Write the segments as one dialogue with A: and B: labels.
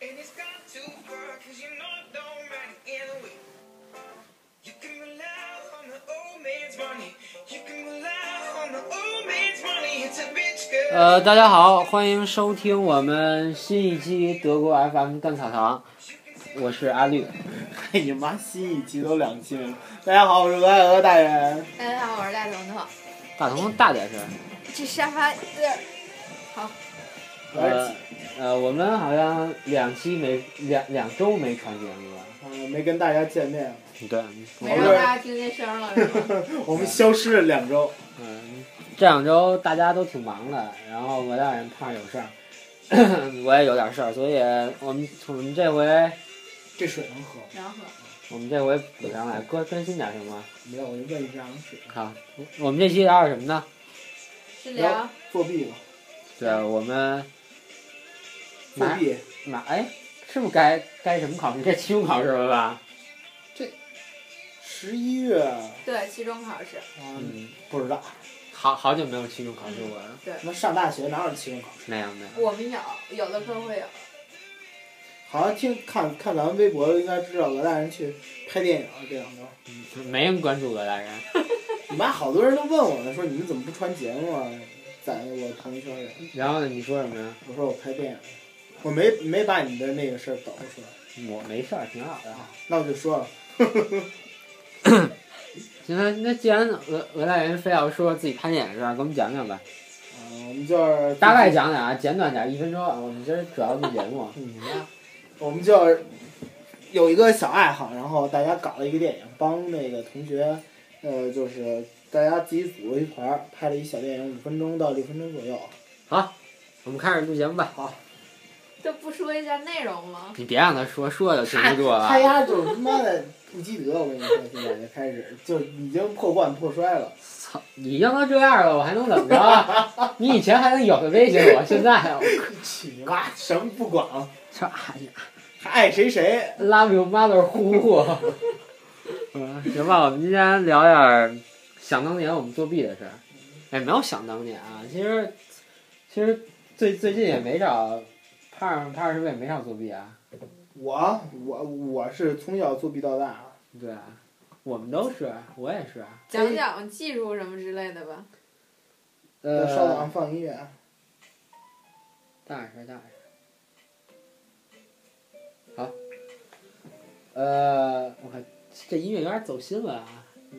A: And it's gone too far, cause you know it don't matter anyway. You can rely on the old man's money. You can rely on the old man's money. It's a bitch girl.
B: 呃，大家好，欢迎收听我们新一期德国 FM 干草堂，我是阿绿。
C: 你妈新一期都两期了。大家好，我是鹅爱鹅大人。
D: 大家好，我是大彤彤。
B: 大彤大点声。
D: 这沙发有点……好，
B: 呃呃，我们好像两期没两两周没传节目了。
C: 嗯，没跟大家见面，
B: 对，
D: 没让大家听见声了，是吗？
C: 我们消失了两周。
B: 嗯，这两周大家都挺忙的，然后我大人胖有事儿， 我也有点事儿，所以我们我们这回
C: 这水能喝吗？
D: 然后，
B: 我们这回补上来，更更新点什么？
C: 没有，我就问一下能水。
B: 好，我们这期聊点什么呢？
D: 是聊
C: 作弊吧，
B: 对，我们
C: 作弊。
B: 哪哎，是不是该该什么考试？该期中考试了吧？
C: 十一月啊，
D: 对期中考试，
B: 嗯，
C: 不知道。
B: 好好久没有期中考试过了。
C: 那上大学哪有期中考试？
B: 那样的，
D: 我们有有的课会有，
C: 好像听看看咱们微博应该知道鹅大人去拍电影了这两周。
B: 嗯没人关注我大人。
C: 你妈好多人都问我呢，说你们怎么不传节目啊？在我朋友圈里，
B: 然后呢？你说什么呀？
C: 我说我拍电影，我没没把你的那个事儿抖出来。
B: 我没事儿，挺好的。
C: 那我就说了。
B: 行，那那既然俄俄大人非要说自己拍电影的事儿，给我们讲讲呗，
C: 嗯，我们就是，
B: 大概讲讲啊，简短点，一分钟啊。我们今儿主要录节目
C: 你呢？我们就是有一个小爱好，然后大家搞了一个电影，帮那个同学，呃，就是大家自己组了一团儿，拍了一小电影，五分钟到六分钟左右。
B: 我们开始录节目吧。好，
D: 都不说一下内容吗？
B: 你别让他说，说就停不啊住了。
C: 他丫就是他妈的不积德，我跟你说，现在就开始就已经破罐破摔了。
B: 操，你已经都这样了，我还能怎么 着？啊你以前还能有的威胁我，现在啊我
C: 去你妈，什么不管了，
B: 操哎呀
C: 还爱谁谁。
B: ，Love you mother 呼呼。 嗯，行吧，我们今天聊点儿想当年我们作弊的事儿。哎，没有想当年啊，其实其实最最近也没少，胖儿胖儿是不是也没少作弊啊？
C: 我我我是从小作弊到大，
B: 对啊，我们都是，啊我也是。
D: 讲讲技术什么之类的吧。
C: 稍
B: 呃，
C: 等放音乐。啊。
B: 大点声，大点声。好。呃，我靠，这音乐有点走心了啊。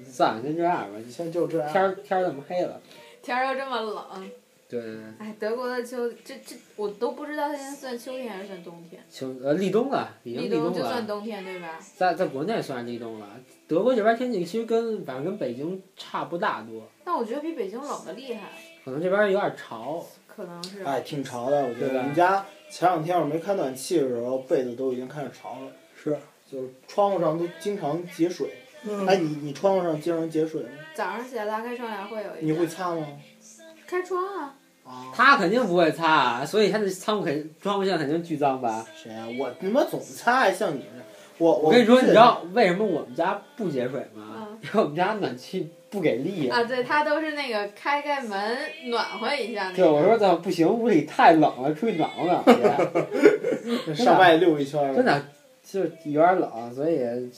B: 算了，先这样吧。
C: 现在就这
B: 天
C: 样，
B: 儿天儿这么黑了。
D: 天儿又这么冷，
B: 对对对，
D: 哎，德国的秋，这这我都不知道现在算秋天还是算冬天。
B: 秋呃立冬了，已经
D: 立
B: 立
D: 冬
B: 冬
D: 就算
B: 了。
D: 冬天对吧？
B: 在在国内算是立冬了，德国这边天气其实跟反正跟北京差不大多，
D: 但我觉得比北京冷的厉害，
B: 可能这边有点潮。
D: 可能是。
C: 哎，挺潮的，我觉
B: 对吧
C: 得。我们家前两天我没开暖气的时候，被子都已经开始潮了，
B: 是。嗯
C: 就是窗户上都经常结水。哎，你你窗户上经常结水吗？
D: 早上起来拉开窗帘会有一
C: 你会
D: 点。
C: 擦吗？
D: 开窗啊，
C: 啊，
B: 他肯定不会擦啊，所以他的窗户肯窗户现在肯定巨脏吧？
C: 谁啊？我他妈总擦，像你似的。我
B: 我
C: 我
B: 跟你说，
C: 不
B: 你
C: 是
B: 知道为什么我们家不节水吗
D: 嗯？
B: 因为我们家暖气不给力。
D: 啊，对，它都是那个开开门暖和一下那
B: 对，我
D: 个。
B: 说怎么不行，屋里太冷了，出去暖和暖 和
C: 上外溜一圈
B: 去。真
C: 儿，
B: 的，就是有点冷，所以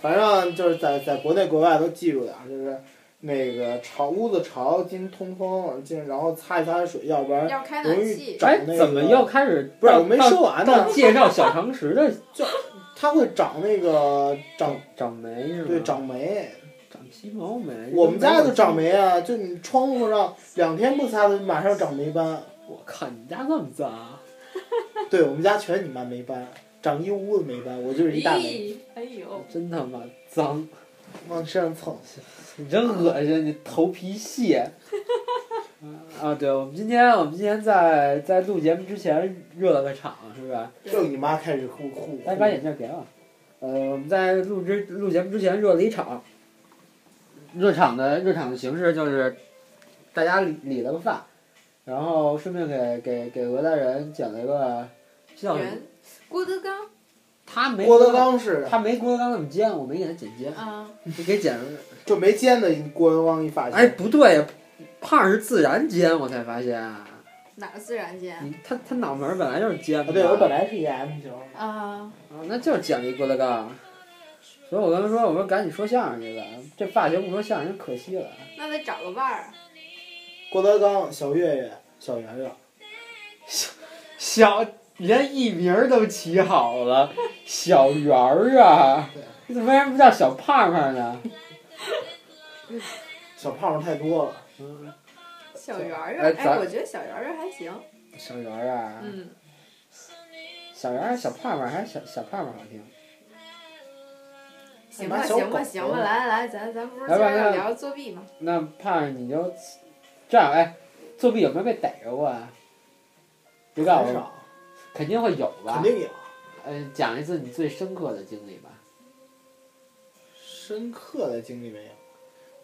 C: 反正就是在在国内国外都记住点儿，就是那个潮屋子潮，进通风，进然后擦一擦水，要不然
D: 要开暖
C: 容易
D: 气，
C: 长
B: 哎，
C: 那个。
B: 怎么又开始
C: 不是
B: 到
C: 我没
B: 到
C: 说完
B: 到
C: 呢？
B: 介绍小常识的
C: 它会长那个长
B: 长霉是吗？
C: 对长霉。
B: 长皮毛霉。
C: 我们家就长。霉啊，就你窗户上两天不擦，它马上长霉斑。
B: 我靠，你家这么脏啊？
C: 对我们家全你妈霉斑，长一屋子霉斑，我就是一大霉，
D: 咦，哎呦，
B: 哦真他妈脏！
C: 往身上蹭。
B: 你真恶心，你头皮屑。 啊，对，我们今天我们今天在在录节目之前热了个场，是吧？
C: 就你妈开始呼呼。
B: 来，把眼镜给我。呃，我们在录之录节目之前热了一场，热场的热场的形式就是大家理理了个发，然后顺便给给给俄大人剪了一个叫什么？
D: 人，郭德纲，
B: 他没
C: 郭德，纲是
B: 他没郭德纲那么尖，我没给他剪尖，
D: 嗯，
B: 你给剪了。
C: 就没尖的，郭德纲一发
B: 哎，
C: 型。
B: 不对，胖儿是自然尖，我才发现。
D: 哪儿自然界？
B: 你他他脑门儿本来就是尖
C: 啊，
B: 的。
C: 对我本来是一 M 球，
D: 啊，
B: 啊，那就是剪了一郭德纲。所以我跟他说，我说赶紧说相声去吧，这发型不说相声就可惜了。
D: 那得找个伴儿。
C: 郭德纲、小岳岳、小圆圆，
B: 小连艺名儿都起好 了，小圆儿啊，你怎么为什么不叫小胖胖呢？
C: 小胖胖太多了。
B: 嗯
D: 小圆圆
B: 哎
D: 儿，哎，
B: 咱
D: 我觉得小圆圆儿还行。
B: 小圆儿啊，
D: 嗯，
B: 小圆儿、小胖胖还是小小胖胖好听？
D: 行
C: 哎
D: 吧，
C: 妈小
D: 行吧，
C: 狗
D: 行吧，来来，咱咱不是
B: 来
D: 今
B: 吧
D: 儿要
B: 那
D: 聊作弊吗？
B: 那胖胖你就这样哎，作弊有没有被逮着过啊？别告
C: 很
B: 诉我，
C: 少，
B: 肯定会有
C: 肯
B: 吧？
C: 定有。
B: 呃，讲一次你最深刻的经历吧。
C: 深刻的经历没有，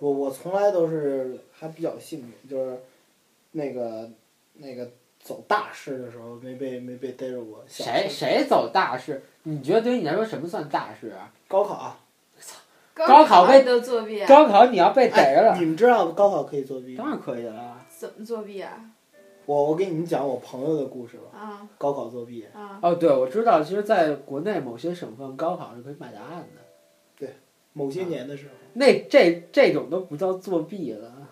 C: 我我从来都是还比较幸运，就是那个那个走大事的时候没被没被逮着过。小
B: 谁谁走大事？你觉得对于你来说什么算大事啊？
C: 高考？
B: 高考被
D: 都作弊啊？
B: 高考你要被逮着了，
C: 哎你们知道高考可以作弊
B: 当
C: 吗？
B: 然可以了。
D: 怎么作弊啊？
C: 我我给你们讲我朋友的故事吧，
D: 啊
C: 高考作弊。
D: 啊，
B: 哦，对，我知道，其实在国内某些省份高考是可以买答案的。
C: 某
B: 啊
C: 些年的时候，
B: 那这这种都不叫作弊了。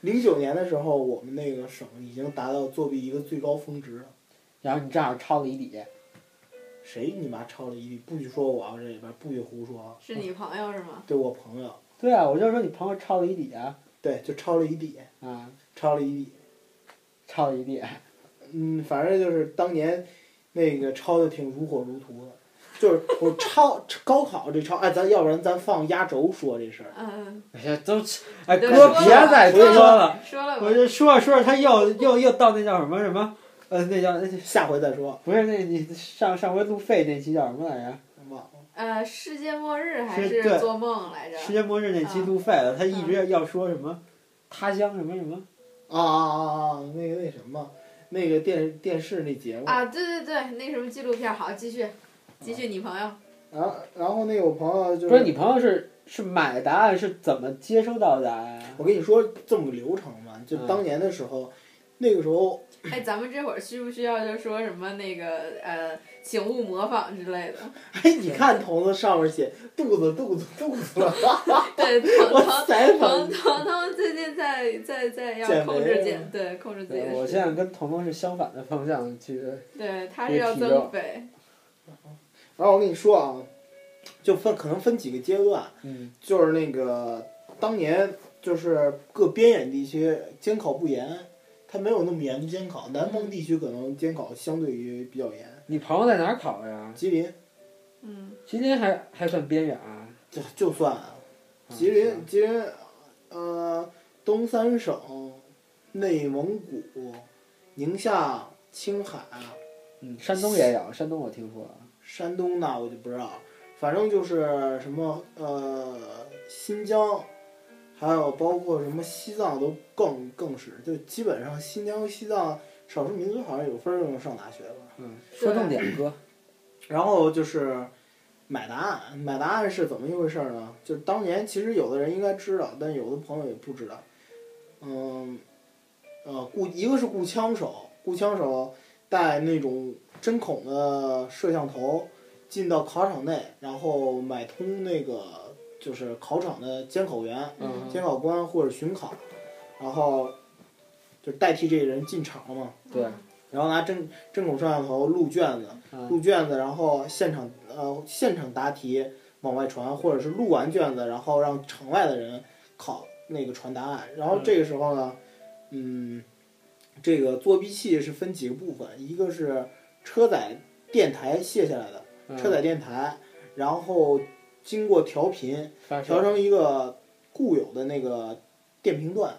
C: 零九年的时候，我们那个省已经达到作弊一个最高峰值了。
B: 然后你正好抄了一底，
C: 谁你妈抄了一笔？不许说我啊，这里边不许胡说啊！
D: 是你朋友是吗？
C: 对我朋友，
B: 对啊，我就说你朋友抄了一底啊，
C: 对，就抄了一笔，
B: 啊，
C: 抄了一笔。
B: 抄了一底，啊
C: 嗯，反正就是当年那个抄的挺如火如荼的，就是我抄高考这抄，哎，咱要不然咱放压轴说这事儿。
D: 嗯，
B: 哎呀，都哎
D: 对
B: 哥
D: 说
B: 别
D: 了
B: 再
D: 说
B: 说了，
D: 说了
B: 我
D: 吧。
B: 就说着说着他又又又到那叫什么什么，呃，那叫那
C: 下回再说，
B: 不是那你上上回路费那期叫什么来着？
C: 忘了。
D: 呃，世界末日还
B: 是
D: 是
B: 对
D: 做梦来着？
B: 世界末日那期
D: 啊
B: 路费了，他一直要说什么他乡什么什么。
C: 啊啊啊啊！那个那什么，那个电电视那节目，
D: 啊，对对对，那什么纪录片，好，继续，继续你朋友。
C: 然后然后那个我朋友就
B: 不是你朋友是是买答案是怎么接收到答案啊？
C: 我跟你说这么个流程嘛，就
B: 嗯
C: 当年的时候，那个时候
D: 哎，咱们这会儿需不需要就说什么那个呃，请勿模仿之类的？
C: 哎，你看筒子上面写肚子肚子肚子 了，
D: 对，腾
C: 我
D: 腾
C: 采
D: 腾
C: 访
D: 腾腾最近在在在要
C: 减
D: 控
C: 肥
D: 制
C: 啊
D: 减，对，控制自己的
B: 对，我
D: 食
B: 现在跟彤彤是相反的方向去。
D: 对，他
B: 别
D: 是要
B: 提
D: 增
B: 了
D: 肥。
C: 然后我跟你说啊，就分可能分几个阶段，
B: 嗯
C: 就是那个当年就是各边远地区监考不严，它没有那么严的监考，南方地区可能监考相对于比较严。
B: 你朋友在哪儿考的呀？
C: 吉林
D: 嗯，
B: 吉林还还算边远啊。
C: 就就算啊吉
B: 啊
C: 林吉林，呃，东三省、内蒙古、宁夏、青海、
B: 嗯，山东也有，山东我听说。
C: 山东那我就不知道，反正就是什么呃新疆，还有包括什么西藏都更更是，就基本上新疆、西藏少数民族好像有分儿就能上大学吧。
B: 嗯，说重点，哥。
C: 然后就是买答案，买答案是怎么一回事儿呢？就是当年其实有的人应该知道，但有的朋友也不知道。嗯，呃，雇一个是雇枪手，雇枪手带那种针孔的摄像头进到考场内，然后买通那个就是考场的监考员、
D: 嗯
C: 监考官或者巡考，然后就代替这个人进场了嘛。
B: 对，
D: 嗯
C: 然后拿针针孔摄像头录卷子，
B: 嗯
C: 录卷子，然后现场呃现场答题往外传，或者是录完卷子，然后让场外的人考那个传答案。然后这个时候呢，嗯，这个作弊器是分几个部分，一个是车载电台卸下来的
B: 嗯
C: 车载电台，然后经过调频，
B: 嗯发
C: 调
B: 射。
C: 成一个固有的那个电频段，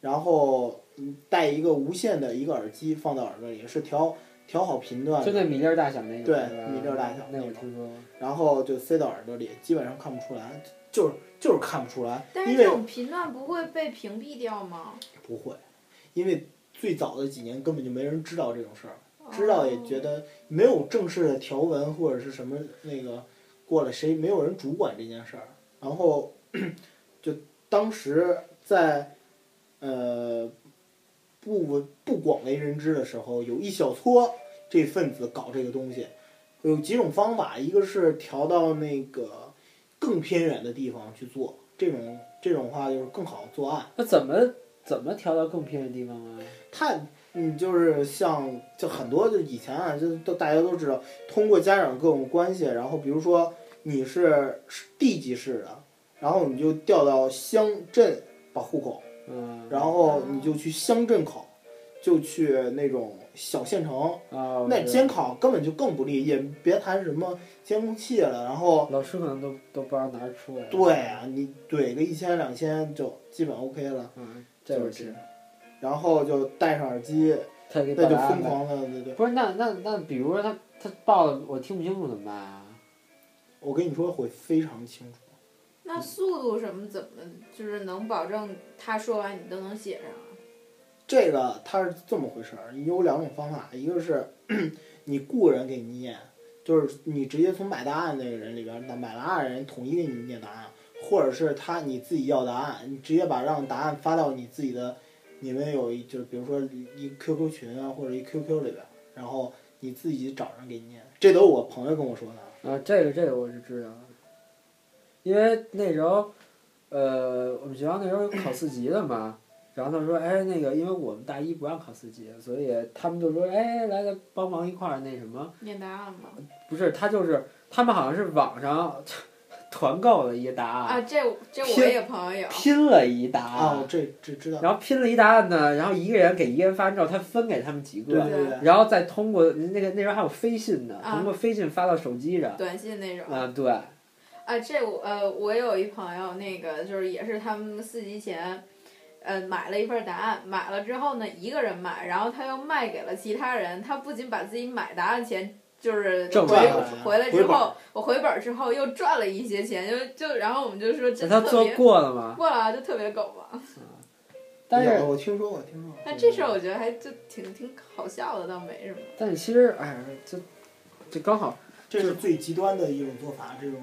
C: 然后嗯带一个无线的一个耳机放到耳朵里，是调调好频段
B: 就
C: 的，
B: 那米粒儿大小那个。
C: 啊对
B: 是吧
C: 米粒儿大小
B: 那我听说过。
C: 然后就塞到耳朵里，基本上看不出来，就是就是看不出来，
D: 但是
C: 因
D: 这
C: 为
D: 种频段不会被屏蔽掉吗？
C: 不会，因为最早的几年根本就没人知道这种事儿，
D: 哦
C: 知道也觉得没有正式的条文或者是什么那个过来，谁没有人主管这件事儿。然后 就当时在呃不不广为人知的时候，有一小撮这分子搞这个东西，有几种方法，一个是调到那个更偏远的地方去做，这种这种话就是更好作案。
B: 那怎么怎么调到更偏的地方啊？
C: 他嗯，就是像就很多就以前啊，就都大家都知道，通过家长各种关系，然后比如说你是地级市的，然后你就调到乡镇把户口，
B: 嗯，
C: 然后你就去乡镇考，就去那种小县城，
B: 啊，我
C: 那
B: 知道
C: 监考根本就更不利，也别谈什么监控器了，然后。
B: 老师可能都都不知道哪儿出来的。
C: 对啊，你怼个一千两千就基本 OK 了，
B: 嗯，这我
C: 就
B: 知
C: 是
B: 道。
C: 然后就戴上耳机，
B: 他给爸爸
C: 那就
B: 安排。
C: 疯狂的，那就
B: 不是，那那那，比如说他他报了，我听不清楚怎么办啊？
C: 我跟你说会非常清楚。
D: 那速度什么怎么就是能保证他说完你都能写上啊？
C: 这个它是这么回事儿，有两种方法，一个是 你雇人给你念，就是你直接从买答案那个人里边儿，那买答案的人统一给你念答案，或者是他你自己要答案，你直接把让答案发到你自己的，你们有一就是比如说一 QQ 群啊或者一 QQ 里边儿，然后你自己找人给你念，这都是我朋友跟我说的。
B: 啊，这个这个我是知道的，因为那时候，呃，我们学校那时候有考四级的嘛，然后他说，哎，那个，因为我们大一不让考四级，所以他们就说，哎，来来帮忙一块儿那什么，
D: 念答案吗？
B: 不是，他就是他们好像是网上团购了一个答
D: 啊，哦
B: 案，
D: 这这我
B: 拼
D: 也朋友有，
B: 拼了一答
C: 啊，
B: 案
C: 我，这这知道，
B: 然后拼了一答案呢，然后一个人给一个人发完之后，他分给他们几
C: 对
B: 个，
C: 对对，
B: 然后再通过那个那时候还有飞信呢，
D: 啊
B: 通过飞信发到手机上，
D: 短信那种。
B: 啊，对，
D: 啊，这我呃，我有一朋友，那个就是也是他们四级前，呃，买了一份答案，买了之后呢，一个人买，然后他又卖给了其他人，他不仅把自己买答案钱就是
B: 挣回
D: 回
B: 来
C: 了
D: 回来
C: 回
D: 之
C: 本
D: 后，我回本儿之后又赚了一些钱，就就然后我们就说这
B: 那他
D: 特
B: 做
D: 别
B: 过了吗？
D: 过了就特别狗嘛。
B: 但是
C: 有我听说过，听说过。
D: 但这事儿我觉得还就挺挺好笑的，倒没什么。
B: 但其实，哎，这这刚好
C: 这是最极端的一种做法，这种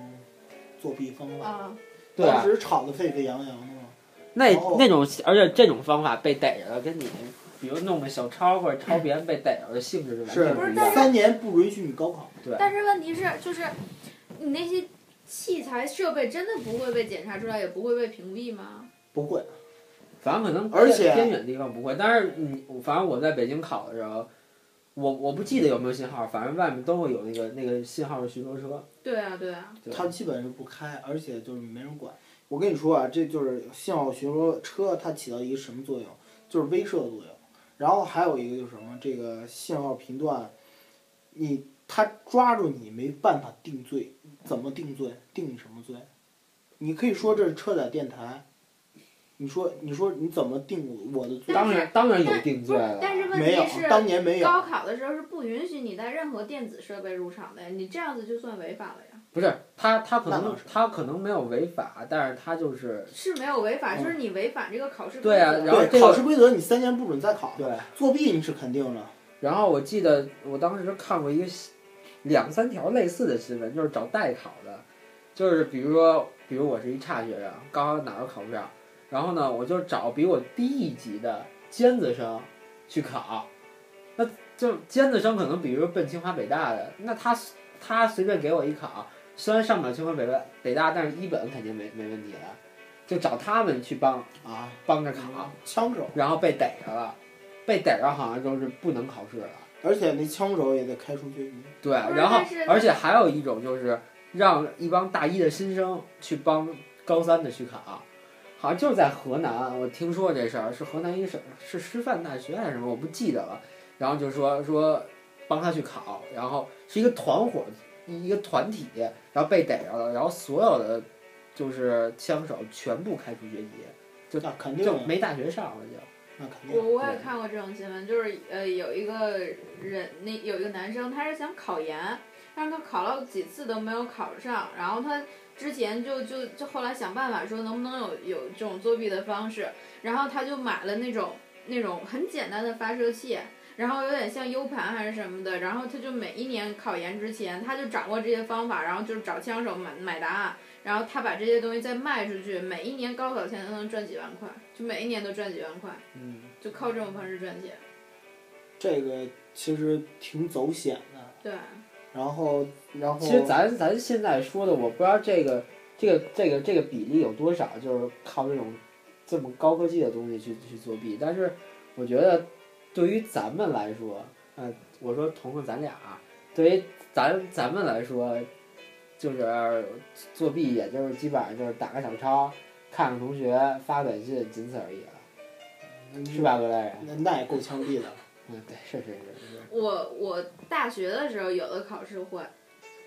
C: 作弊方法，
D: 啊，
B: 对啊
C: 当时吵得沸沸扬扬的嘛。
B: 那
C: 然
D: 哦
C: 后
B: 那种，而且这种方法被逮着了，跟你比如弄个小抄或者抄别人被逮着的性质是完全
D: 不是
B: 一
D: 但
B: 样的。
C: 三年不允许你高考，
B: 对，
D: 但是问题是，就是你那些器材设备真的不会被检查出来，也不会被屏蔽吗？
C: 不会。
B: 咱们可能
C: 而且
B: 偏远地方不会，但是你反正我在北京考的时候，我我不记得有没有信号，反正外面都会有那个那个信号的巡逻车。
D: 对啊，对啊，
B: 对
C: 它基本是不开，而且就是没人管。我跟你说啊，这就是信号巡逻车，它起到一个什么作用？就是威慑作用。然后还有一个就是什么？这个信号频段，你他抓住你没办法定罪，怎么定罪？定你什么罪？你可以说这是车载电台，你说你说你怎么定我我的罪？
B: 当然当然有定罪
D: 不是
B: 了，，
D: 但是问
C: 没有
D: 题是，，
C: 当年没有。
D: 高考的时候是不允许你带任何电子设备入场的呀，你这样子就算违法了呀。
B: 不是他他可
C: 那
B: 能
C: 倒是
B: 他可能没有违法，但是他就是
D: 是没有违法，
C: 嗯
D: 就是你违反这个考试规则。
B: 对啊然后这
C: 对，
B: 个
C: 考试规则你三年不准再考，
B: 对。
C: 作弊你是肯定的。
B: 然后我记得我当时看过一个新两三条类似的新闻，就是找代考的，就是比如说，比如我是一差学生，刚好哪儿都考不上，然后呢，我就找比我低一级的尖子生去考，那就尖子生可能比如说奔清华北大的，那他他随便给我一考，虽然上不了清华北大北大，但是一本肯定没没问题的，就找他们去帮
C: 啊，
B: 帮着考，
C: 枪手，
B: 然后被逮着了，被逮着好像就是不能考试了。
C: 而且那枪手也得开除学籍。
B: 对，
D: 不是
B: 然后
D: 但是
B: 而且还有一种就是让一帮大一的新生去帮高三的去考，好像就是在河南，啊我听说这事儿是河南一个省是师范大学还是什么，我不记得了。然后就说说帮他去考，然后是一个团伙，一个团体，然后被逮着了，然后所有的就是枪手全部开除学籍，就
C: 那肯定
B: 就
C: 的，
B: 没大学上了就。
C: 那肯定
D: 我
C: 的。
D: 我也看过这种新闻，就是呃有一个人，那有一个男生，他是想考研，但是他考了几次都没有考上，然后他之前就就就后来想办法说能不能有有这种作弊的方式，然后他就买了那种那种很简单的发射器，然后有点像 U 盘还是什么的，然后他就每一年考研之前，他就掌握这些方法，然后就是找枪手买买答案，然后他把这些东西再卖出去，每一年高考前都能赚几万块，就每一年都赚几万块，
C: 嗯，
D: 就靠这种方式赚钱。
C: 这个其实挺走险的。
D: 对，
C: 然后，然后
B: 其实咱咱现在说的，我不知道这个这个这个这个比例有多少，就是靠这种这么高科技的东西去去作弊。但是我觉得，对于咱们来说，呃，我说彤彤咱俩啊，对于咱咱们来说，就是作弊，也就是基本上就是打个小抄，看看同学发短信，仅此而已了，是吧，罗大人？
C: 那那也够枪毙的。
B: 嗯，对，是是是是，
D: 我我大学的时候有的考试会，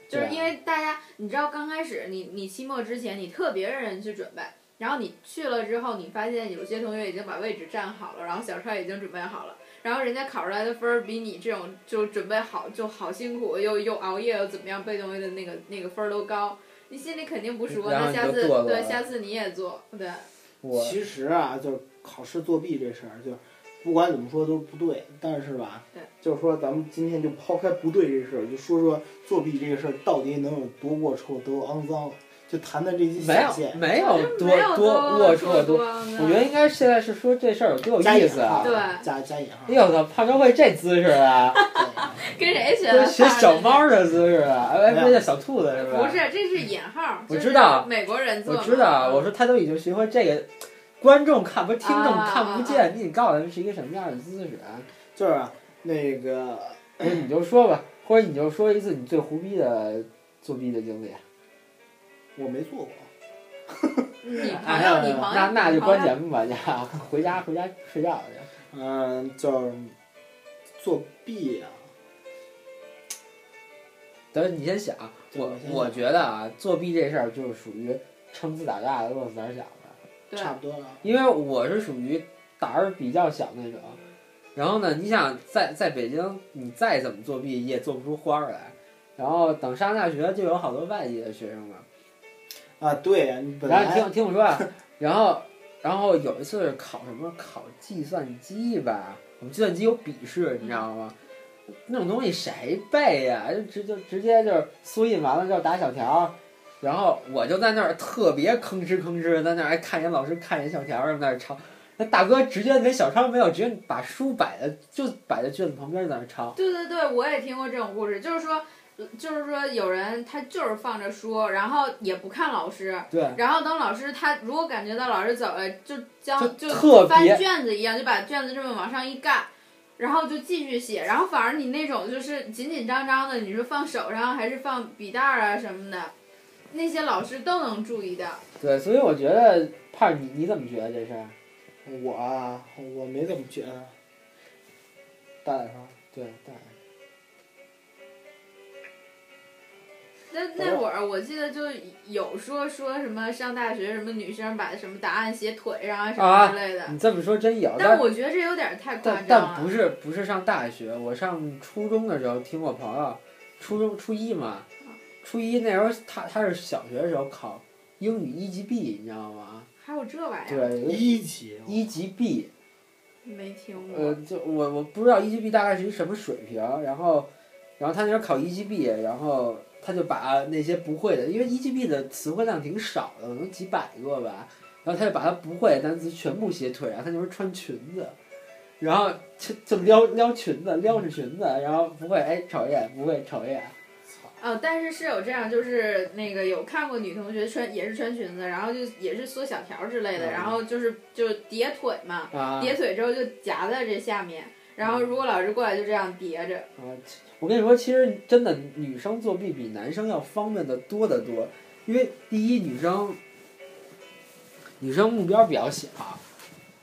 D: 就
B: 对啊
D: 是因为大家你知道刚开始你你期末之前你特别认真去准备，然后你去了之后你发现有些同学已经把位置占好了，然后小抄已经准备好了，然后人家考出来的分儿比你这种就准备好就好辛苦又又熬夜又怎么样背东西的那个那个分儿都高。你心里肯定不服，
B: 然后
D: 那
B: 你
D: 下
B: 就
D: 次
B: 堕落了
D: 对下次你也做，对
B: 我
C: 其实啊，就是考试作弊这事儿，就是不管怎么说都是不对，但是吧
D: 对，
C: 就是说咱们今天就抛开不对这事儿，就说说作弊这个事儿到底能有多龌龊、多肮脏，就谈谈这些
B: 没
C: 下
B: 有
C: 限。
B: 没有多
D: 没有
B: 多龌
D: 说
B: 龊多。我觉得应该现在是说这事儿有多
C: 加
B: 有意
C: 引
B: 思啊
C: 号！！
D: 对
C: 加加引号
B: 哎。呦我操，胖社会这姿势啊，
D: 跟谁学
B: 都
D: 的？
B: 学小猫的姿势啊，哎，
C: 没有
B: 不叫小兔子是吧？
D: 不是，这是引号。
B: 我
D: 就是
B: 知道
D: 美国人做
B: 我
D: 的。
B: 知道，我说他都已经学会这个，观众看不听众
D: 啊
B: 看不
D: 啊
B: 见，你得告诉他们是一个什么样的姿势啊？
C: 就是啊那个
B: 不是你就说吧，或者你就说一次你最胡逼的作弊的经历，
C: 我没做过，
D: 你朋
B: 啊
D: 友，你朋友，
B: 那那就关
D: 你
B: 节目吧，家回家回家睡觉去。
C: 嗯、就是作弊啊，
B: 等会儿你先想，我
C: 我先想
B: 我觉得啊，作弊这事儿就是属于撑死打大的，饿死胆小的。
D: 对
C: 差不多啊了。
B: 因为我是属于胆儿比较小那种，然后呢，你想在在北京，你再怎么作弊也做不出花儿来。然后等上大学就有好多外地的学生了。
C: 啊，对呀，你本
B: 然后你
C: 来
B: 听听我说啊，然后然后有一次是考什么考计算机吧，我们计算机有笔试，你知道吗？那种东西谁背呀、就直就直接就是缩印完了之后打小条儿，然后我就在那儿特别吭哧吭哧，在那儿哎看人老师看人小条儿什么在那儿抄。那大哥直接连小抄没有，直接把书摆在就摆在卷子旁边在那儿抄。
D: 对对对，我也听过这种故事，就是说，就是说有人他就是放着书，然后也不看老师。
B: 对，
C: 啊
D: 然后等老师他如果感觉到老师走了，就
B: 就
D: 将就
B: 特别
D: 翻卷子一样，就把卷子这么往上一盖，然后就继续写。然后反而你那种就是紧紧张张的，你是放手上还是放笔袋儿啊什么的，那些老师都能注意到。
B: 对，所以我觉得胖儿你你怎么觉得这事儿？
C: 我啊，我没怎么觉得。大点声。
B: 对，对。
D: 那那会儿我记得就有说说什么上大学什么女生把什么答案写腿上啊什么之类的，
B: 你这么说真有，
D: 但我觉得这有点太夸
B: 嗯但
D: 张了。
B: 但不是不是上大学，我上初中的时候听我朋友，初中初一嘛，初一那时候他他是小学的时候考英语一级 B，你知道吗？
D: 还有这玩意儿，
B: 对，有一
C: 一级，
B: 一级 B，
D: 没听过。
B: 呃，就我我不知道一级 B 大概是一什么水平，然后然后他那时候考一级 B，然后他就把那些不会的，因为一级 B 的词汇量挺少的，可能几百个吧，然后他就把他不会的单词全部写腿上，啊他那时候穿裙子，然后就就撩撩裙子，撩着裙子，然后不会哎瞅一眼，不会瞅一眼，
C: 操！
D: 哦，但是是有这样，就是那个有看过女同学穿也是穿裙子，然后就也是缩小条之类的，
B: 嗯
D: 然后就是就叠腿嘛，
B: 啊
D: 叠腿之后就夹在这下面，然后如果老师过来就这样叠着。
B: 啊，我跟你说，其实真的女生作弊比男生要方便的多得多，因为第一，女生女生目标比较小，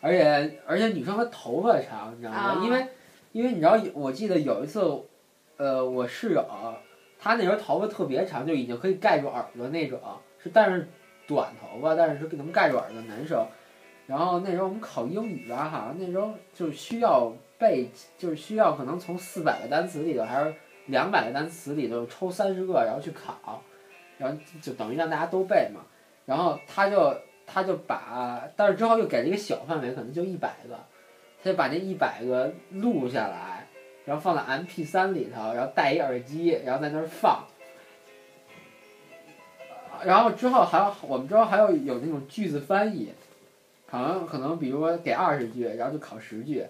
B: 而且而且女生她头发长，你知道吗？
D: 啊
B: 因为因为你知道，我记得有一次，呃，我室友她那时候头发特别长，就已经可以盖住耳朵那种，是但是短头发，但是是能盖住耳朵的男生。然后那时候我们考英语吧，好像那时候就需要背，就是需要可能从四百个单词里头，还是两百个单词里头抽三十个，然后去考，然后就等于让大家都背嘛。然后他就他就把，但是之后又给了一个小范围，可能就一百个，他就把这一百个录下来，然后放在 MP 三里头，然后戴一耳机，然后在那儿放。呃然后之后还有我们之后还有有那种句子翻译，可能可能比如说给二十句，然后就考十句，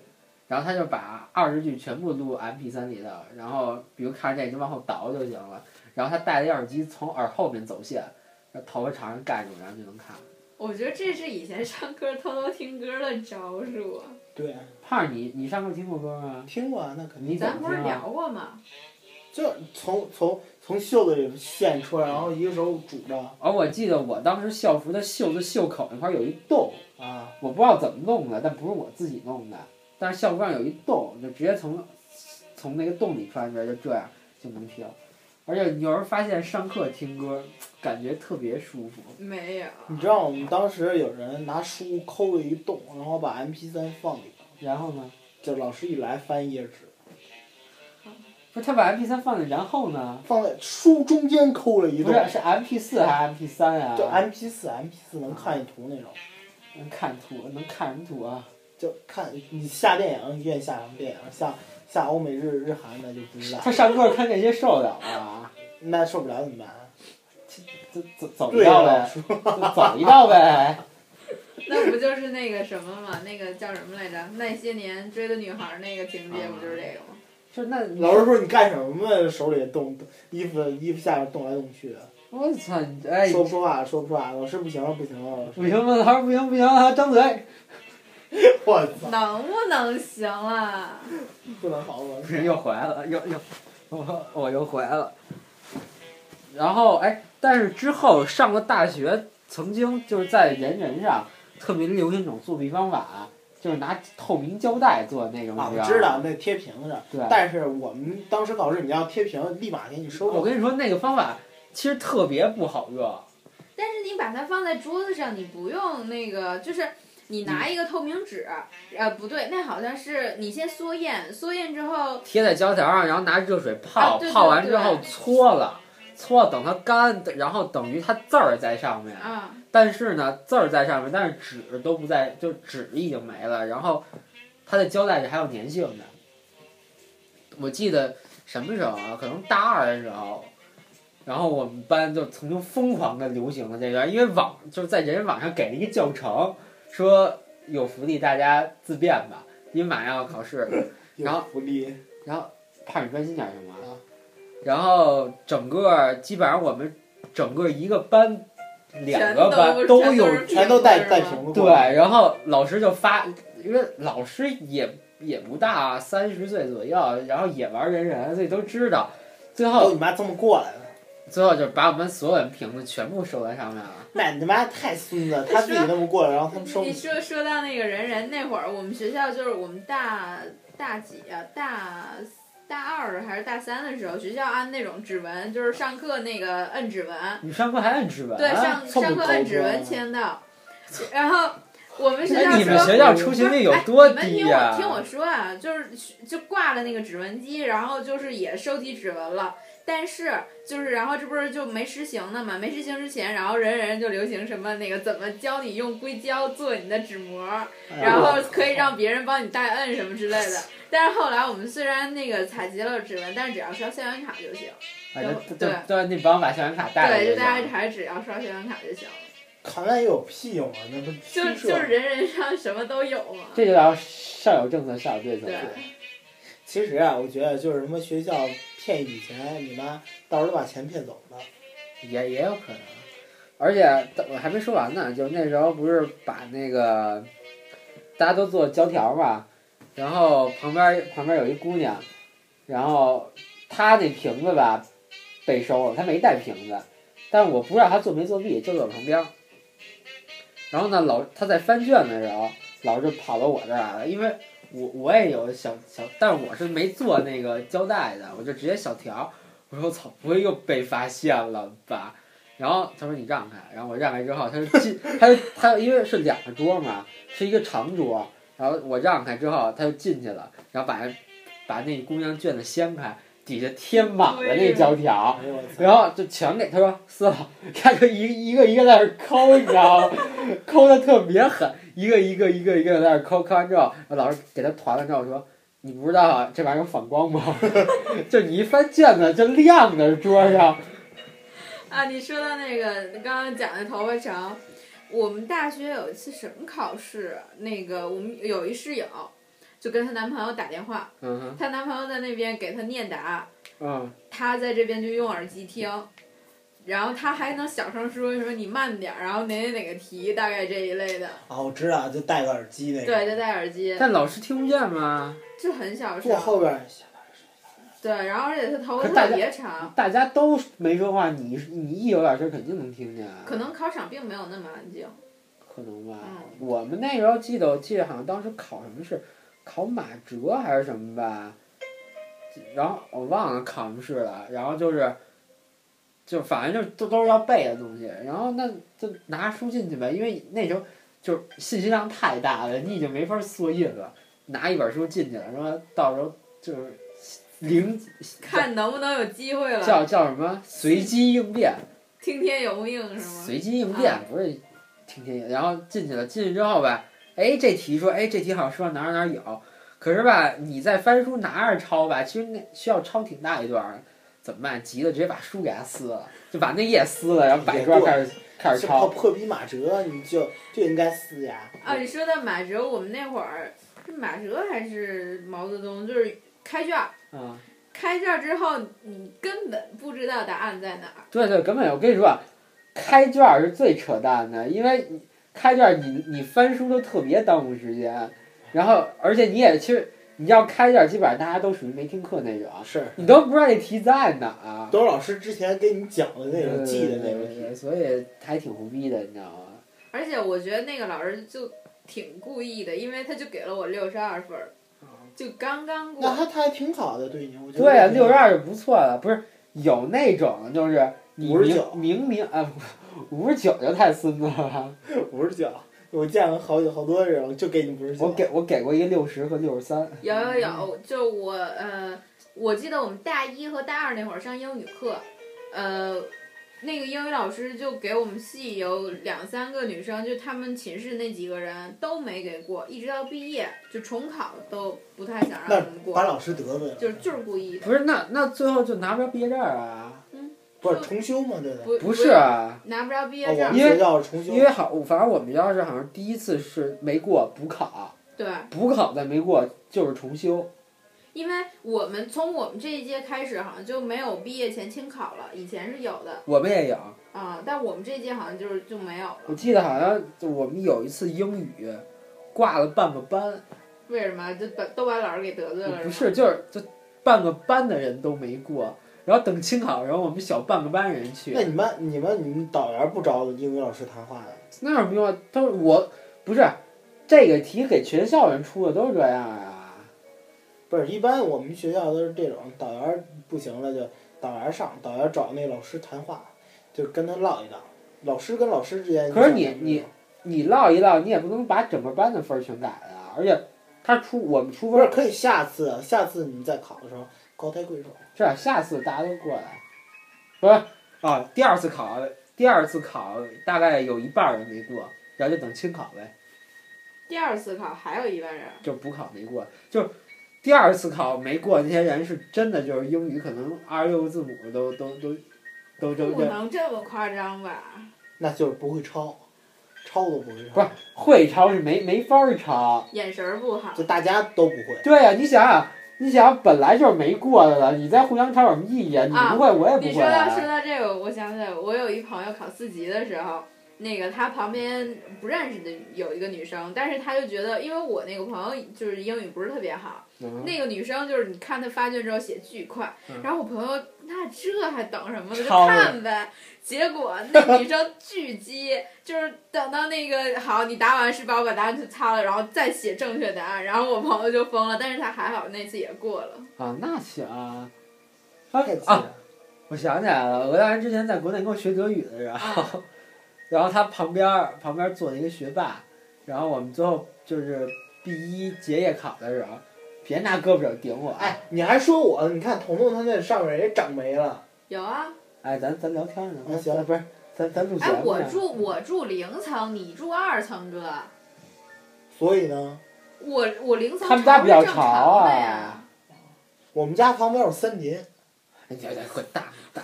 B: 然后他就把二十句全部录 MP 三里头，然后比如看着这就往后倒就行了。然后他戴了一耳机从耳后面走线，然后头发朝上盖住，然后就能看。
D: 我觉得这是以前上课偷偷听歌的招数啊。
C: 对，
B: 胖儿，你你上课听过歌吗？
C: 听过啊，那肯定
B: 你。
D: 咱不是聊过吗？
C: 就是从从从袖子里现出来，然后一个手拄着
B: 而哦我记得我当时校服的袖子袖口那块儿有一洞，
C: 啊，
B: 我不知道怎么弄的，但不是我自己弄的，但是校服上有一洞，就直接从从那个洞里穿出来，就这样就能听。而且有时候发现上课听歌，感觉特别舒服。
D: 没有。
C: 你知道我们当时有人拿书抠了一洞，然后把 MP 三放里头，
B: 然后呢？
C: 就老师一来翻一页纸，
B: 不是他把 MP 三放进，然后呢？
C: 放在书中间抠了一
B: 不
C: 洞，
B: 是，是 MP 四还是 MP 三啊？
C: 就 MP 四 MP 四能看见图那种，
B: 能看图，能看什么图啊？
C: 就看你下电影，你愿意下什么电影，下下欧美日日韩的就不知道，
B: 他上课看这些受得了吗？
C: 那受不了怎么办？
B: 就走走一
C: 对啊呀
B: 道呗，就走一道呗。
D: 那不就是那个什么嘛？那个叫什么来着？那些年追的女孩那个情节不就是这个吗？
B: 就那
C: 老师说你干什么？手里动衣服衣服下面动来动去的。
B: 我操！你哎，
C: 说不出话，说不出话，老师不行了，不行了，老师
B: 不行了，老师不行不行了，张嘴！
C: 我操，
D: 能不能行啊？
C: 不能好我
B: 不行，又回来了，又又，我我又回来了。然后哎，但是之后上了大学，曾经就是在人人上特别流行一种作弊方法，就是拿透明胶带做那种。
C: 啊，
B: 你
C: 我
B: 知
C: 知
B: 道
C: 道
B: 吗？
C: 那贴屏的，
B: 对。
C: 但是我们当时考试，你要贴屏，立马给你收
B: 我
C: 走。
B: 跟你说，那个方法其实特别不好用。
D: 但是你把它放在桌子上，你不用那个，就是你拿一个透明纸，呃，不对，那好像是你先缩验，缩验之后，
B: 贴在胶条上，然后拿热水泡，
D: 啊对对
B: 泡完之
D: 对
B: 后搓了，搓了等它干，然后等于它字儿在上面，
D: 啊，
B: 但是呢字儿在上面，但是纸都不在，就纸已经没了，然后它的胶带是还有粘性的。我记得什么时候啊？可能大二的时候，然后我们班就曾经疯狂的流行了这个，因为网就是在人人网上给了一个教程，说有福利大家自便吧，因为马上要考试了。然后
C: 有福利，
B: 怕你专心点行吗？
C: 啊
B: 然后整个基本上我们整个一个班，两
D: 全
B: 个
D: 都
B: 班
D: 都
B: 有
D: 是
C: 全都带
D: 是
C: 带
D: 吗
C: 屏子
B: 对，
C: 过来。
B: 然后老师就发，因为老师也也不大，啊三十岁左右，然后也玩人人，所以都知道。最
C: 都
B: 后
C: 你妈这么过来的，
B: 最后就把我们所有人瓶子全部收在上面了。
C: 那你妈太孙子，他自己那么过来，然后他们收
D: 你
C: 不
D: 你
C: 起。
D: 说说到那个人人那会儿，我们学校就是我们大大几啊，大大二还是大三的时候，学校按那种指纹，就是上课那个摁指纹，
B: 你上课还按指纹？啊
D: 对，上
C: 凑不
D: 上课
C: 够
D: 摁
C: 多
D: 指
C: 啊
D: 纹签到，然后我们学校
B: 那
D: 说
B: 哎你们学校出勤率有多低
D: 哎你们听
B: 呀、
D: 我听我说啊，就是就挂了那个指纹机，然后就是也收集指纹了，但是就是然后这不是就没实行呢嘛？没实行之前，然后人人就流行什么那个怎么教你用硅胶做你的指模，
B: 嗯
D: 然后可以让别人帮你代摁什么之类的。但是后来我们虽然那个采集了指纹，但是只要刷校园卡就行。
B: 反正就对，你帮我把校园卡带了
D: 对，就
B: 行
D: 大家还只要刷校园卡就行了。
C: 看那也有屁用啊！那不
D: 就
C: 虚
D: 就是
C: 设。
D: 人人上什么都有嘛。
B: 这就叫上有政策，下有对策。
D: 对，
C: 其实啊，我觉得就是什么学校骗以前，你妈到时候把钱骗走了。
B: 也也有可能。而且我还没说完呢，就那时候不是把那个大家都做胶条嘛，然后旁边旁边有一姑娘，然后她那瓶子吧被收了，她没带瓶子，但是我不知道她作没作弊，就在我旁边。然后呢，老她在翻卷的时候，老师就跑到我这儿来了，因为我我也有小小，但是我是没做那个胶带的，我就直接小条。我说我操，不会又被发现了吧？然后他说你让开，然后我让开之后，他就进，他就他因为是两个桌嘛，是一个长桌，然后我让开之后，他就进去了，然后把把那姑娘卷子掀开，底下贴满了那胶条，
C: 哎呦我操！
B: 然后就全给他说撕了，他就一一个一个在那儿抠，你知道吗？抠的特别狠，一个一个一个一个在那儿抠，抠完之后，老师给他团了之后说，你不知道啊这玩意儿有反光吗？ 就你一翻卷子就亮着桌上。
D: 啊，你说到那个你刚刚讲的头发长，我们大学有一次什么考试？那个我们有一室友，就跟她男朋友打电话，
B: 嗯哼，
D: 她男朋友在那边给她念答，
B: 嗯，
D: 她在这边就用耳机听。然后她还能小声说说你慢点儿，然后哪哪哪个题，大概这一类的，
E: 啊，我知道，就戴个耳机那个。
D: 对，就戴耳机，
B: 但老师听不见吗？
D: 就很小声
C: 坐。后边儿，
D: 对，然后而且她头
B: 可
D: 发
B: 是大家
D: 特别长，
B: 大家都没说话，你你一有点事儿肯定能听见啊。
D: 可能考场并没有那么安静。
B: 可能吧。
D: 嗯
B: 我们那时候记得，我记得好像当时考什么是考马哲还是什么吧，然后我忘了考什么试了。然后就是，就反正就都都是要背的东西。然后那就拿书进去呗，因为那时候就是信息量太大了，你已经没法缩印了。拿一本书进去了，然后到时候就是零
D: 看能不能有机会了。
B: 叫叫什么随机应变。
D: 听天由命是吗？
B: 随机应变
D: 啊，
B: 不是听天意。然后进去了，进去之后吧，哎，这题说，哎，这题好像说哪儿哪儿有，可是吧，你在翻书拿着抄吧，其实那需要抄挺大一段儿，怎么办？急了，直接把书给它撕了，就把那页撕了，然后摆桌上开始开始
C: 就
B: 抄。
C: 靠破笔马哲，你就就应该撕呀。
D: 啊，你说到马哲，我们那会儿是马哲还是毛泽东，就是开卷儿，
B: 啊，
D: 开卷儿之后你根本不知道答案在哪儿。
B: 对对，根本我跟你说，啊，开卷儿是最扯淡的，因为你开卷儿你你翻书都特别耽误时间，然后而且你也其实你要开卷儿，基本上大家都属于没听课那种。啊
C: 是，
B: 你都不知道这题在哪儿，
C: 都是老师之前给你讲的那种记的那种
B: 啊对
C: 题。
B: 对所以还挺胡逼的，你知道吗？
D: 而且我觉得那个老师就挺故意的，因为他就给了我六十二分儿，就刚刚
C: 那
D: 过。
C: 他他还挺好的，对你，我觉得
B: 对啊，六十
C: 挺好
B: 二就不错了，不是有那种就是你明
C: 59
B: 明明啊，五十九就太孙子了。
C: 五十九，我见过好几好多这种，就给你五十九。
B: 我给我给过一个六十和六十三，
D: 有有有，就我呃，我记得我们大一和大二那会儿上英语课，呃，那个英语老师就给我们系有两三个女生，就她们寝室那几个人都没给过，一直到毕业就重考都不太想让我们
E: 把
D: 过，
E: 老师得罪了。
D: 就是就是故意的，
B: 不是那那最后就拿不着毕业证儿啊？
C: 不是重修嘛，对吧？
D: 不
B: 不是啊，
D: 拿不着毕
C: 哦，
D: 业
C: 我们
D: 证，
B: 因为
C: 学校是重修
B: 因，为好，反正我们学校是好像第一次是没过补考，
D: 对，
B: 补考再没过就是重修。
D: 因为我们从我们这一届开始好像就没有毕业前清考了，以前是有的
B: 我们也有，
D: 啊、但我们这一届好像就是就没有
B: 我
D: 了，
B: 记得好像就我们有一次英语挂了半个班，
D: 为什么？就把都把老师给得罪了，
B: 不
D: 吗
B: 是啊就是就半个班的人都没过，然后等清考的时候，我们小半个班人去
C: 那，你们你们你们导员不找英语老师谈话的？
B: 那有什么用啊？都是我不是这个题给全校人出的都是这样啊，
C: 不是，一般我们学校都是这种，导员不行了就导员上，导员找那老师谈话，就跟他唠一唠。老师跟老师之间，
B: 可是你你你唠一唠，你也不能把整个班的分儿全改了啊，而且他出我们出
C: 不
B: 分
C: 是
B: 儿，
C: 可以下次，下次你再考的时候高抬贵手。
B: 这样下次大家都过来，不是啊，第二次考第二次考大概有一半儿人没过，然后就等清考呗。
D: 第二次考还有一万人，
B: 就补考没过，就第二次考没过那些人是真的就是英语可能二十六个字母都都都都都
D: 不
B: 都
D: 能这么夸张吧？
C: 那就是不会抄，抄都不会抄，
B: 不是会抄是没没法儿抄。
D: 眼神儿不好
C: 就，大家都不会。
B: 对呀、你想想，你想想本来就是没过的了，你再互相抄有什么意义啊？你不会，我也
D: 你
B: 不会、
D: 说到
B: 啊
D: 说。到这个，我想起来，我有一朋友考四级的时候，那个他旁边不认识的有一个女生，但是他就觉得，因为我那个朋友就是英语不是特别好，
B: 嗯
D: 那个女生就是你看她发卷之后写巨快，
B: 嗯
D: 然后我朋友那这还等什么呢？就
B: 抄了
D: 看呗。结果那女生巨鸡，就是等到那个好，你答完试包，把答案去擦了，然后再写正确答案，然后我朋友就疯了，但是他还好那次也过了。
B: 啊，那行啊。啊
C: 太急
B: 啊！
C: 了，
B: 我想起来了，俄大人之前在国内跟我学德语的时候， 然后他旁边儿旁边儿坐了一个学霸，然后我们最后就是第一结业考的时候，别拿胳膊肘顶我啊。
C: 哎，你还说我？你看彤彤他那上面也长没了。
D: 有啊，
B: 哎，咱咱聊天呢。
C: 啊行
B: 咱不是啊咱咱录节
D: 哎，
B: 目
D: 我
B: 呢。
D: 住我住零层，你住二层，哥。
C: 所以呢，
D: 我我凌晨
B: 他们家比较
D: 是正
B: 潮
D: 常的
B: 啊
D: 呀。
C: 我们家旁边有森林，
B: 你这这哎滚蛋滚蛋！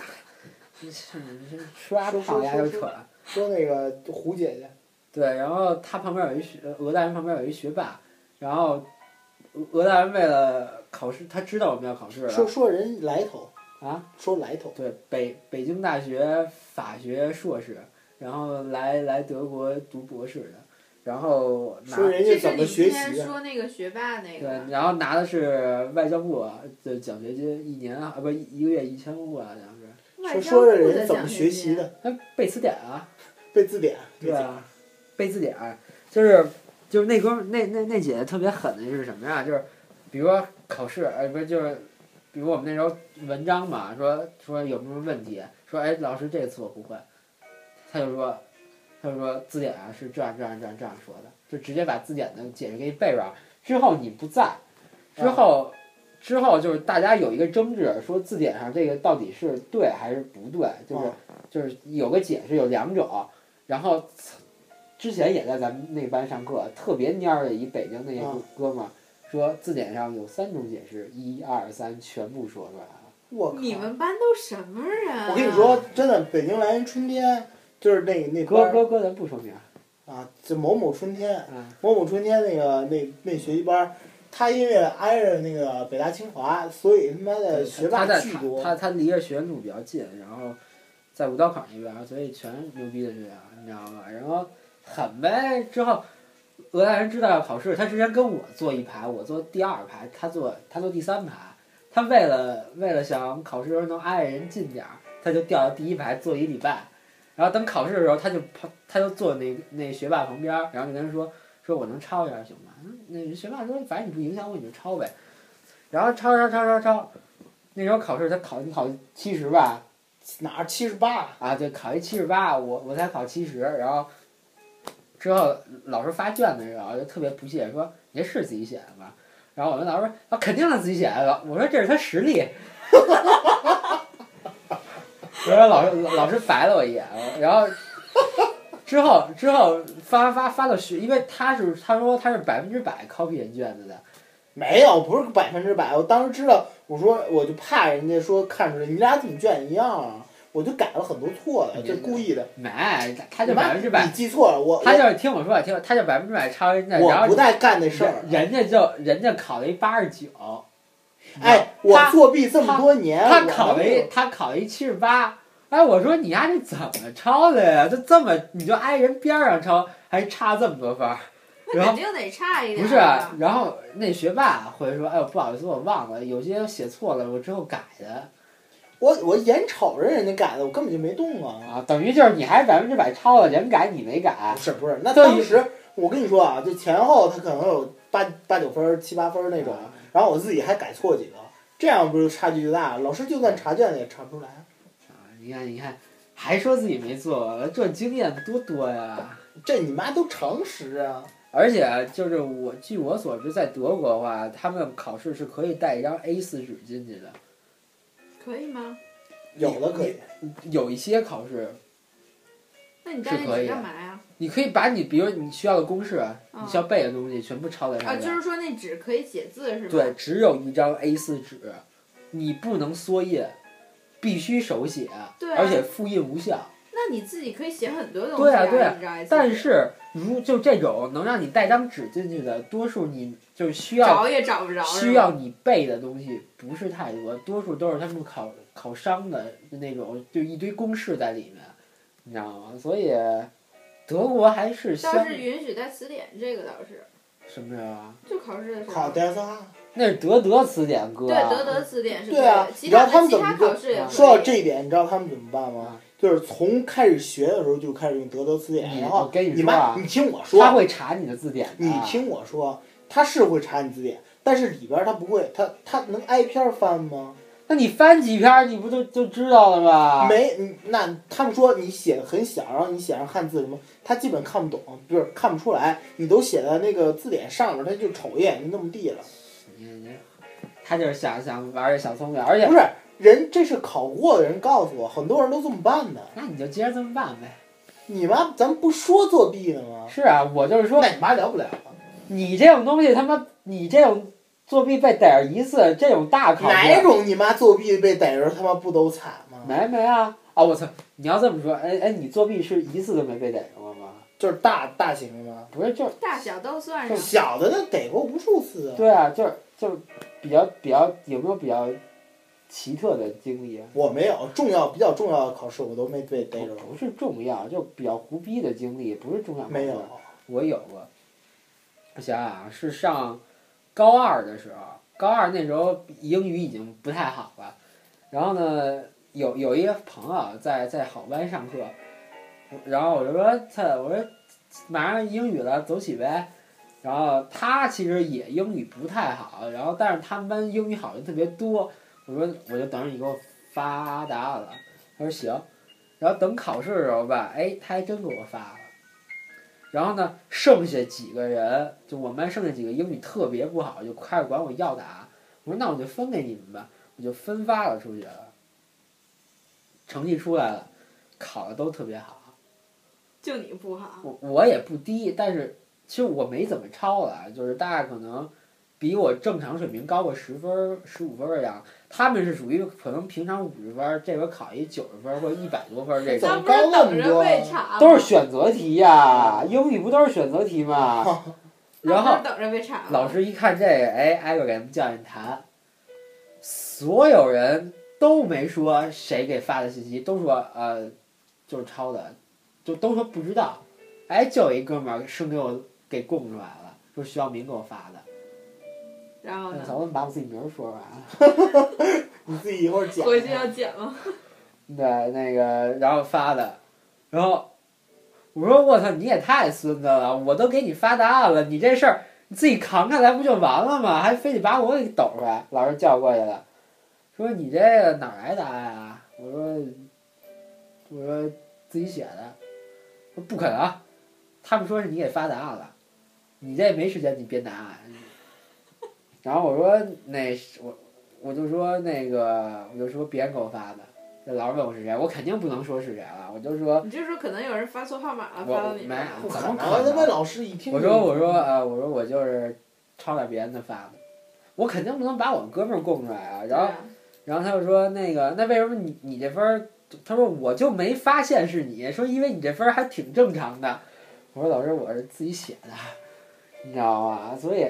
B: 你是你是刷胖丫就扯了。
C: 说那个胡姐姐，
B: 对，然后他旁边有一学俄大人旁边有一学霸，然后俄俄大人为了考试，他知道我们要考试
C: 说
B: 了
C: 说人来头，
B: 啊，
C: 说来头，
B: 对北北京大学法学硕士，然后来来德国读博士的，然后拿
C: 说人家
D: 这是
C: 怎
D: 你
C: 么
D: 今
C: 学
D: 天
C: 习啊，
D: 说那个学霸
B: 对
D: 那个，，
B: 然后拿的是外交部的奖学金，一年啊不一个月一千欧啊，好像是，
D: 外
C: 说
D: 交
C: 说
D: 部
C: 人
D: 的
C: 家怎
D: 奖
C: 么
D: 学
C: 学习
D: 金啊
C: 的，
B: 那背词典啊。
C: 背字典，
B: 对啊，背字典儿，就是就是那哥们儿那那那姐姐特别狠的是什么呀？就是比如说考试，哎，不是就是，比如我们那时候文章嘛，说说有没有问题，说哎老师这次我不会，他就说他就说字典啊是这样这样这样这样说的，就直接把字典的解释给你背出来。之后你不在，之后。之后就是大家有一个争执，说字典上这个到底是对还是不对，就是
C: 啊
B: 就是有个解释有两种，然后之前也在咱们那班上课，特别蔫儿的一北京那些
C: 啊
B: 哥们儿说字典上有三种解释，一二三全部说出来啊了。
C: 我靠！
D: 你们班都什么人、啊？
C: 我跟你说，真的，北京来人春天就是那那歌
B: 哥哥哥，咱不说名儿
C: 啊，就某某春天，
B: 啊，
C: 某某春天那个那那学习班儿，他因为挨着那个北大清华，所以他妈的学霸
B: 他在
C: 巨
B: 他
C: 多。
B: 他他离着学院路比较近，然后在五道口那边儿，所以全是牛逼的学校，你知道吗？然后狠呗，之后俄大人知道要考试，他之前跟我坐一排，我坐第二排，他坐他坐第三排。他为了为了想考试时候能挨着人近点儿，他就调到第一排坐一礼拜，然后等考试的时候，他就跑，他就坐那那学霸旁边儿，然后就跟他说说我能抄一下行吗？嗯那学霸说反正你不影响我，你就抄呗。然后抄抄抄抄抄，那时候考试他考你考七十吧，
C: 哪儿七十八？
B: 啊，对，考一七十八，我我才考七十，然后之后老师发卷子的时候就特别不屑，说你这是自己写的吗？然后我跟老师说啊，肯定是自己写的。我说这是他实力。我说老师老师白了我一眼，然后之后之后发发发到学，因为他是他说他是百分之百 copy 人卷子的，
C: 没有，不是百分之百。我当时知道，我说我就怕人家说看出来你俩怎么卷一样啊，我就改了很多错的，就故意的。
B: 没他就
C: 你妈
B: 百分之百
C: 你，记错了，我
B: 他就是听我说，听我他就百分之百抄人家，
C: 我
B: 然
C: 我
B: 后
C: 不带干那事儿。
B: 人家就人家考了一八十九，
C: 哎，我
B: 他
C: 作弊这么多年，
B: 他
C: 哎我
B: 考了
C: 能
B: 一他考了一七十八，哎，我说你丫这怎么抄的呀？就这么你就挨人边儿上抄，还差这么多分儿，
D: 那
B: 然后
D: 肯定得差一点。
B: 不是啊，然后那学霸会说，哎呦不好意思，我忘了，有些写错了，我之后改的
C: 我我眼瞅着人家改的，我根本就没动啊。
B: 啊，等于就是你还是百分之百抄了，人改你没改
C: 不，是不是，那
B: 对
C: 当时我跟你说啊，就前后他可能有八八九分儿、七八分儿那种，
B: 啊
C: 然后我自己还改错几个，这样不是差距就大了？老师就算查卷子也查不出来。
B: 啊，你看你看，还说自己没做，这经验多多呀。
C: 这你妈都常识啊！
B: 而且就是我据我所知，在德国的话，他们考试是可以带一张 A 四纸进去的。
D: 可以吗？
C: 有的可以，
B: 有一些考试，
D: 那你带
B: 是
D: 那
B: 可以
D: 纸
B: 的
D: 干嘛呀？
B: 你可以把你比如你需要的公式、
D: 啊
B: 你需要背的东西全部抄在
D: 啊，
B: 上面。
D: 就是说那纸可以写字是吧？
B: 对，，只有一张 A 4纸，你不能缩印，必须手写，
D: 对啊
B: 而且复印无效。
D: 那你自己可以写很多东西
B: 对啊对啊
D: 你知道吗
B: 但是如就这种能让你带张纸进去的，多数你就需要
D: 找也找不着，是吧
B: 需要你背的东西不是太多，多数都是他们考考商的那种，就一堆公式在里面，你知道吗？所以德国还是
D: 倒
B: 相
D: 是允许带词典，这个倒是，
B: 什么呀？
D: 就考试的时
B: 嗯
D: 候。
C: 考 DSA。
B: 那是德德词典哥、
D: 对德德词典是
C: 对啊
D: 的其
C: 你知道
D: 他
C: 他们
D: 的其
C: 怎么
D: 他考试也可以
C: 说到这一点，你知道他们怎么办吗
B: 啊？
C: 就是从开始学的时候就开始用德德词典，
B: 你
C: 然后
B: 我跟你
C: 你
B: 说啊
C: 妈，你听我
B: 他
C: 说，
B: 会查你的字典的。啊
C: 你听我说，他是会查你字典，但是里边儿他不会，他他能挨篇儿翻吗？
B: 那你翻几篇儿，你不就就知道了吗？
C: 没，嗯那他们说你写的很小，然后你写上汉字什么，他基本看不懂，不是看不出来。你都写在那个字典上面，他就瞅一眼就那么地了。
B: 你你他就是想想玩儿这小聪明，而且
C: 不是人，这是考过的人告诉我，很多人都这么办的。
B: 那你就接着这么办呗。
C: 你妈，咱不说作弊呢吗？
B: 是啊，我就是说，
C: 那你妈聊不了了。
B: 你这种东西，他妈你这种作弊被逮着一次，这种大考
C: 哪
B: 卷
C: 种你妈作弊被逮着他妈不都惨吗？
B: 没没啊？啊，我操！你要这么说，哎哎，你作弊是一次都没被逮着过吗？
C: 就是大大型的吗？
B: 不是，就是
D: 大小都算上。
C: 小的那逮过无数次啊。
B: 对啊，就是就是比较比较有没有比较奇特的经历啊？
C: 我没有重要比较重要的考试我都没被逮着过，
B: 不是重要，就比较胡逼的经历，不是重要。
C: 没有。
B: 我有过，我想想啊，是上高二的时候，高二那时候英语已经不太好了，然后呢，有有一个朋友在在好班上课，然后我就说他，我说马上英语了，走起呗。然后他其实也英语不太好，然后但是他们班英语好的特别多，我说我就等着你给我发答案了，他说行，然后等考试的时候吧，哎，他还真给我发了。然后呢，剩下几个人，就我们班剩下几个英语特别不好，就开始管我要答。我说那我就分给你们吧，我就分发了出去了。成绩出来了，考的都特别好，
D: 就你不好，
B: 我我也不低，但是其实我没怎么超了，就是大概可能比我正常水平高个十分儿、十五分儿的样。他们是属于可能平常五十分儿，这回考一九十分儿或者一百多分儿这种。
C: 怎么高
D: 那 不是
C: 那
D: 等
C: 么
D: 着
C: 多啊
D: 被查吗？
B: 都是选择题呀、英语不都是选择题吗？然
D: 那
B: 后
D: 不是等着被查吗。
B: 老师一看这个，哎，挨个给他们叫进谈，所有人都没说谁给发的信息，都说呃，就是抄的，就都说不知道。哎，就有一哥们儿生给我给供出来了，说徐晓明给我发的。
D: 然后
B: 我
D: 呢？
B: 操，我怎么把我自己名儿说出来啊了？
C: 你自己一会儿讲。
D: 回去要剪吗？
B: 对，那个然后发的，然后我说我操，你也太孙子了，我都给你发答案了，你这事儿你自己扛下来不就完了吗？还非得把我给抖出来？老师叫过去了，说你这个哪儿来答案啊？我说我说自己写的，说不可能，他们说是你给发答案了，你这没时间你编答案。然后我说那我我就说那个我就说别人给我发的。这老师问我是谁，我肯定不能说是谁了，我就说
D: 你就说可能有人发错号码了，
B: 我
D: 发到你
B: 没
D: 这儿
B: 有
D: 了。
C: 不可
B: 怎么
C: 能，
B: 可能
C: 他妈老师一听就。
B: 我说我说呃我说我就是抄点别人的发的，我肯定不能把我哥们儿供出来啊。然后
D: 对啊
B: 然后他就说那个那为什么你你这分儿？他说我就没发现是你，说因为你这分儿还挺正常的。我说老师我是自己写的，你知道吗？所以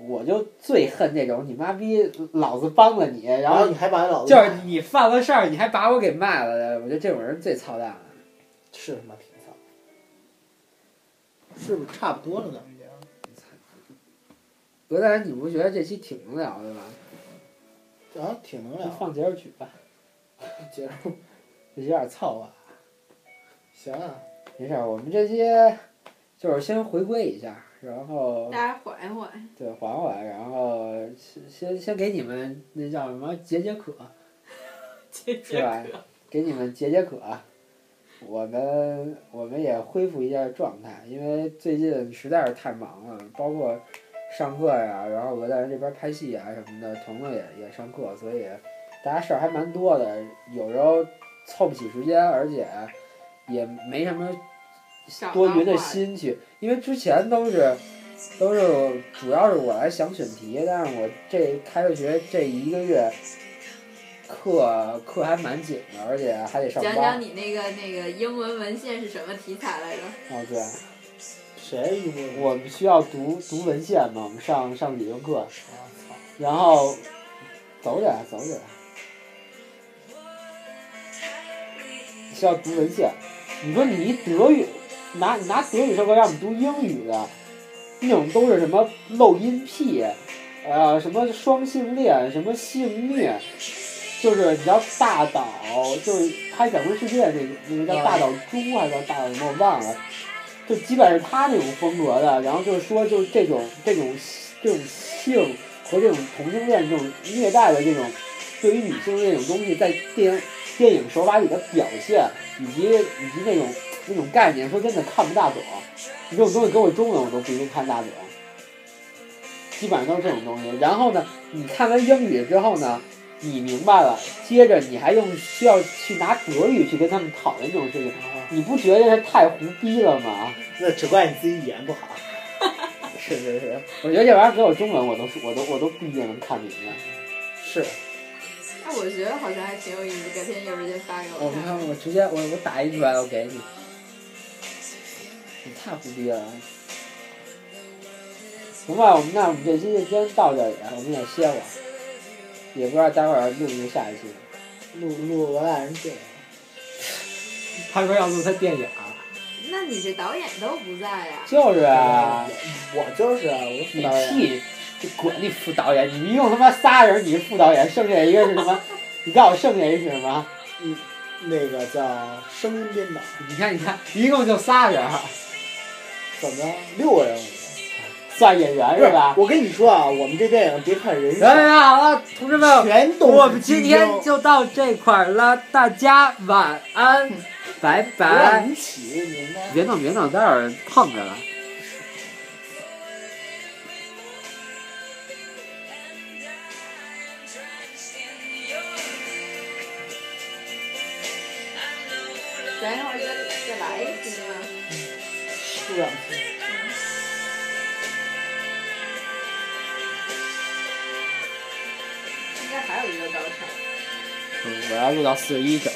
B: 我就最恨这种你妈逼老子帮了你，然
C: 然
B: 后
C: 后你还把老子
B: 就是你犯了事儿你还把我给卖了的，我觉得这种人最操蛋了。
C: 是他妈挺丧，是不是差不多了？咱们这
B: 罗大人，你不觉得这期挺能聊 的吗？
C: 样啊，挺能
B: 那
C: 聊。
B: 放结尾曲吧，
C: 结束，
B: 这有点凑啊。
C: 行啊，
B: 没事儿，我们这些就是先回归一下，然后
D: 大家缓一缓，
B: 对缓缓，然后先先先给你们那叫什么解解渴，
D: 解
B: 是吧？给你们解解渴。我们我们也恢复一下状态，因为最近实在是太忙了，包括上课呀，然后我在这边拍戏啊什么的，彤彤也也上课，所以大家事儿还蛮多的，有时候凑不起时间，而且也没什么
D: 少
B: 多
D: 搭
B: 余的
D: 话
B: 心去，因为之前都是都是我主要是我来想选题，但是我这开了学这一个月课课还蛮紧的，而且还得上
D: 讲
B: 班
D: 讲。你那个那个英文文献是什么题材来着？
B: 哦，对，
C: 谁一摸
B: 我们需要读读文献嘛，我们上上理论课，
C: 操！
B: 然后走点走点，需要读文献。你说你一德语拿拿德语授课让我们读英语的，那种都是什么漏音癖，呃，什么双性恋，什么性虐，就是你知道大岛，就是拍《转婚世界》那个那个叫大岛猪还是叫大岛什么我忘了，就基本是他那种风格的，然后就是说就是这种这种这种性和这种同性恋这种虐待的这种对于女性的这种东西，在电影电影手法里的表现，以及以及那种那种概念，说真的看不大懂。你这种东西给我中文我都不一定看大懂，基本上都是这种东西。然后呢，你看完英语之后呢，你明白了，接着你还用需要去拿德语去跟他们讨论这种事情，
C: 啊
B: 你不觉得这太胡逼了吗？
C: 那只怪你自己语言不好。确实 是
B: 我觉得这玩意儿给我中文，我都我都我都不一定能看明白。
C: 是。
D: 哎，我觉得好像还挺有意思，改天有时间发给
B: 我
D: 我
B: 不
D: 看。
B: 看，我直接我我打印出来了，我给你。你太胡逼了。啊行吧，我们那我们这期就先到这里，啊我们也歇会儿，也不知道待会儿录不录下一期。
C: 录录罗大人电影，
B: 他说要录他电影儿，
D: 那你这导演都不在呀？
B: 就是啊，
C: 我就是啊，我是
B: 你
C: 导演，
B: 替就管你副导演，你一共他妈仨人，你是副导演，剩下一个是什么？你告诉我剩下一个是什么？
C: 那个叫声音编导，
B: 你看你看，一共就仨人，
C: 怎么六个人？我觉得
B: 算演员
C: 不
B: 是吧？
C: 我跟你说啊，我们这电影别看人
B: 哎
C: 少，
B: 呀，好了，同志们，
C: 全都是
B: 我们今
C: 精
B: 天
C: 英
B: 就到这块儿了，大家晚安，拜
C: 不让
B: 拜。
C: 你起，你应该
B: 别弄别弄，待会儿碰着了。
D: 咱一会儿再再来一期吗？
C: 不让起。
D: 应该还有一个高潮。
B: 嗯，我要录到四十一整。